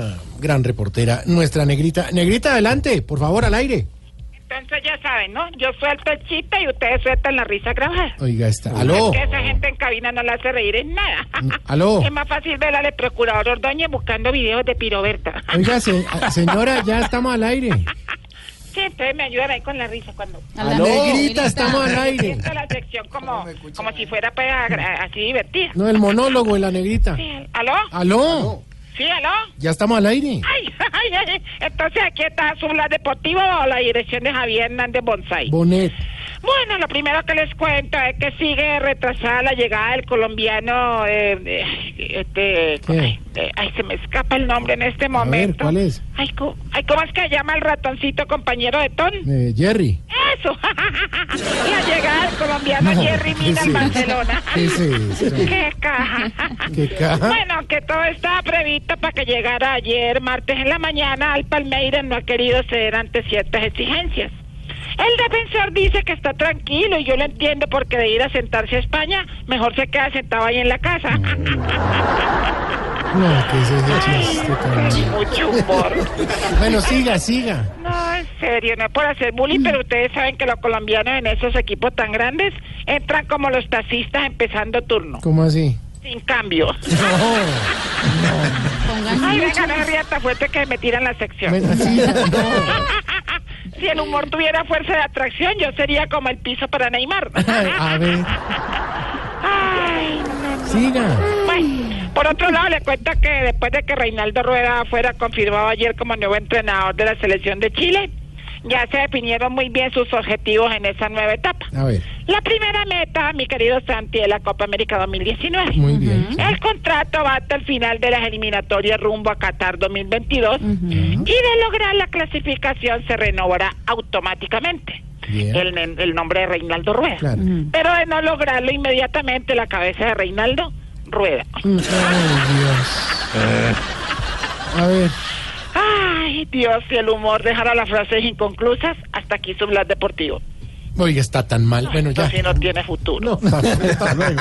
Ah, gran reportera, nuestra negrita. Negrita, adelante, por favor, al aire. Entonces ya saben, ¿no? Yo suelto el chiste y ustedes sueltan la risa grabada. Oiga, está. Aló. Que esa gente en cabina no la hace reír en nada. Oh. Mm, Aló. Es más fácil ver al procurador Ordóñez buscando videos de Piroberta. Oiga, se- a- señora, ya estamos al aire. Sí, entonces me ayudan ahí con la risa cuando... Aló. Negrita, estamos al aire. Siento la sección como, como si fuera pues, agra- así divertida. No, Ah. el monólogo de la negrita. Sí, ¿Aló? Aló. Sí, ¿aló? Ya estamos al aire. Ay, ay, ay. Entonces aquí está Azula Deportivo o la dirección de Javier Hernández Bonsai. Bonet. Bueno, lo primero que les cuento es que sigue retrasada la llegada del colombiano, eh, eh, este, ¿Qué? ay, eh, ay, se me escapa el nombre en este ver, momento. ¿cuál es? Ay, co- ay, ¿cómo es que se llama el ratoncito compañero de Ton? eh, Jerry. Eso, la llegada del colombiano No, Jerry ¿qué Mina es al eso? Barcelona. ¿Qué es eso? Qué caja. Qué caja. Bueno, que todo estaba previsto para que llegara ayer, martes en la mañana, al Palmeiras no ha querido ceder ante ciertas exigencias. El defensor dice que está tranquilo y yo lo entiendo porque de ir a sentarse a España, mejor se queda sentado ahí en la casa. No, ¿qué es ese Ay, chiste tan- qué mucho humor. Bueno, siga, siga. No, en serio, no es por hacer bullying, pero ustedes saben que los colombianos en esos equipos tan grandes entran como los taxistas empezando turno, ¿Cómo así? sin cambio. No. Ay, venga, no se ría tan fuerte que me tiran la sección. Bueno, siga, no. si el humor tuviera fuerza de atracción, yo sería como el piso para Neymar. A ver, Ay, siga. bueno. Por otro lado, le cuento que después de que Reinaldo Rueda fuera confirmado ayer como nuevo entrenador de la selección de Chile, ya se definieron muy bien sus objetivos en esa nueva etapa. A ver, La primera meta, mi querido Santi, es la Copa América 2019. muy bien. El contrato va hasta el final de las eliminatorias rumbo a Qatar 2022 y de lograr la clasificación se renovará automáticamente Bien. el, Mm. el nombre de Reinaldo Rueda. Claro. Pero de no lograrlo inmediatamente la cabeza de Reinaldo Rueda. Ay, Dios. A ver, Ay, Dios, si el humor dejara las frases inconclusas, hasta aquí sublas deportivo. oiga, está tan mal. Bueno, Esto ya. sí no tiene futuro. No, hasta luego.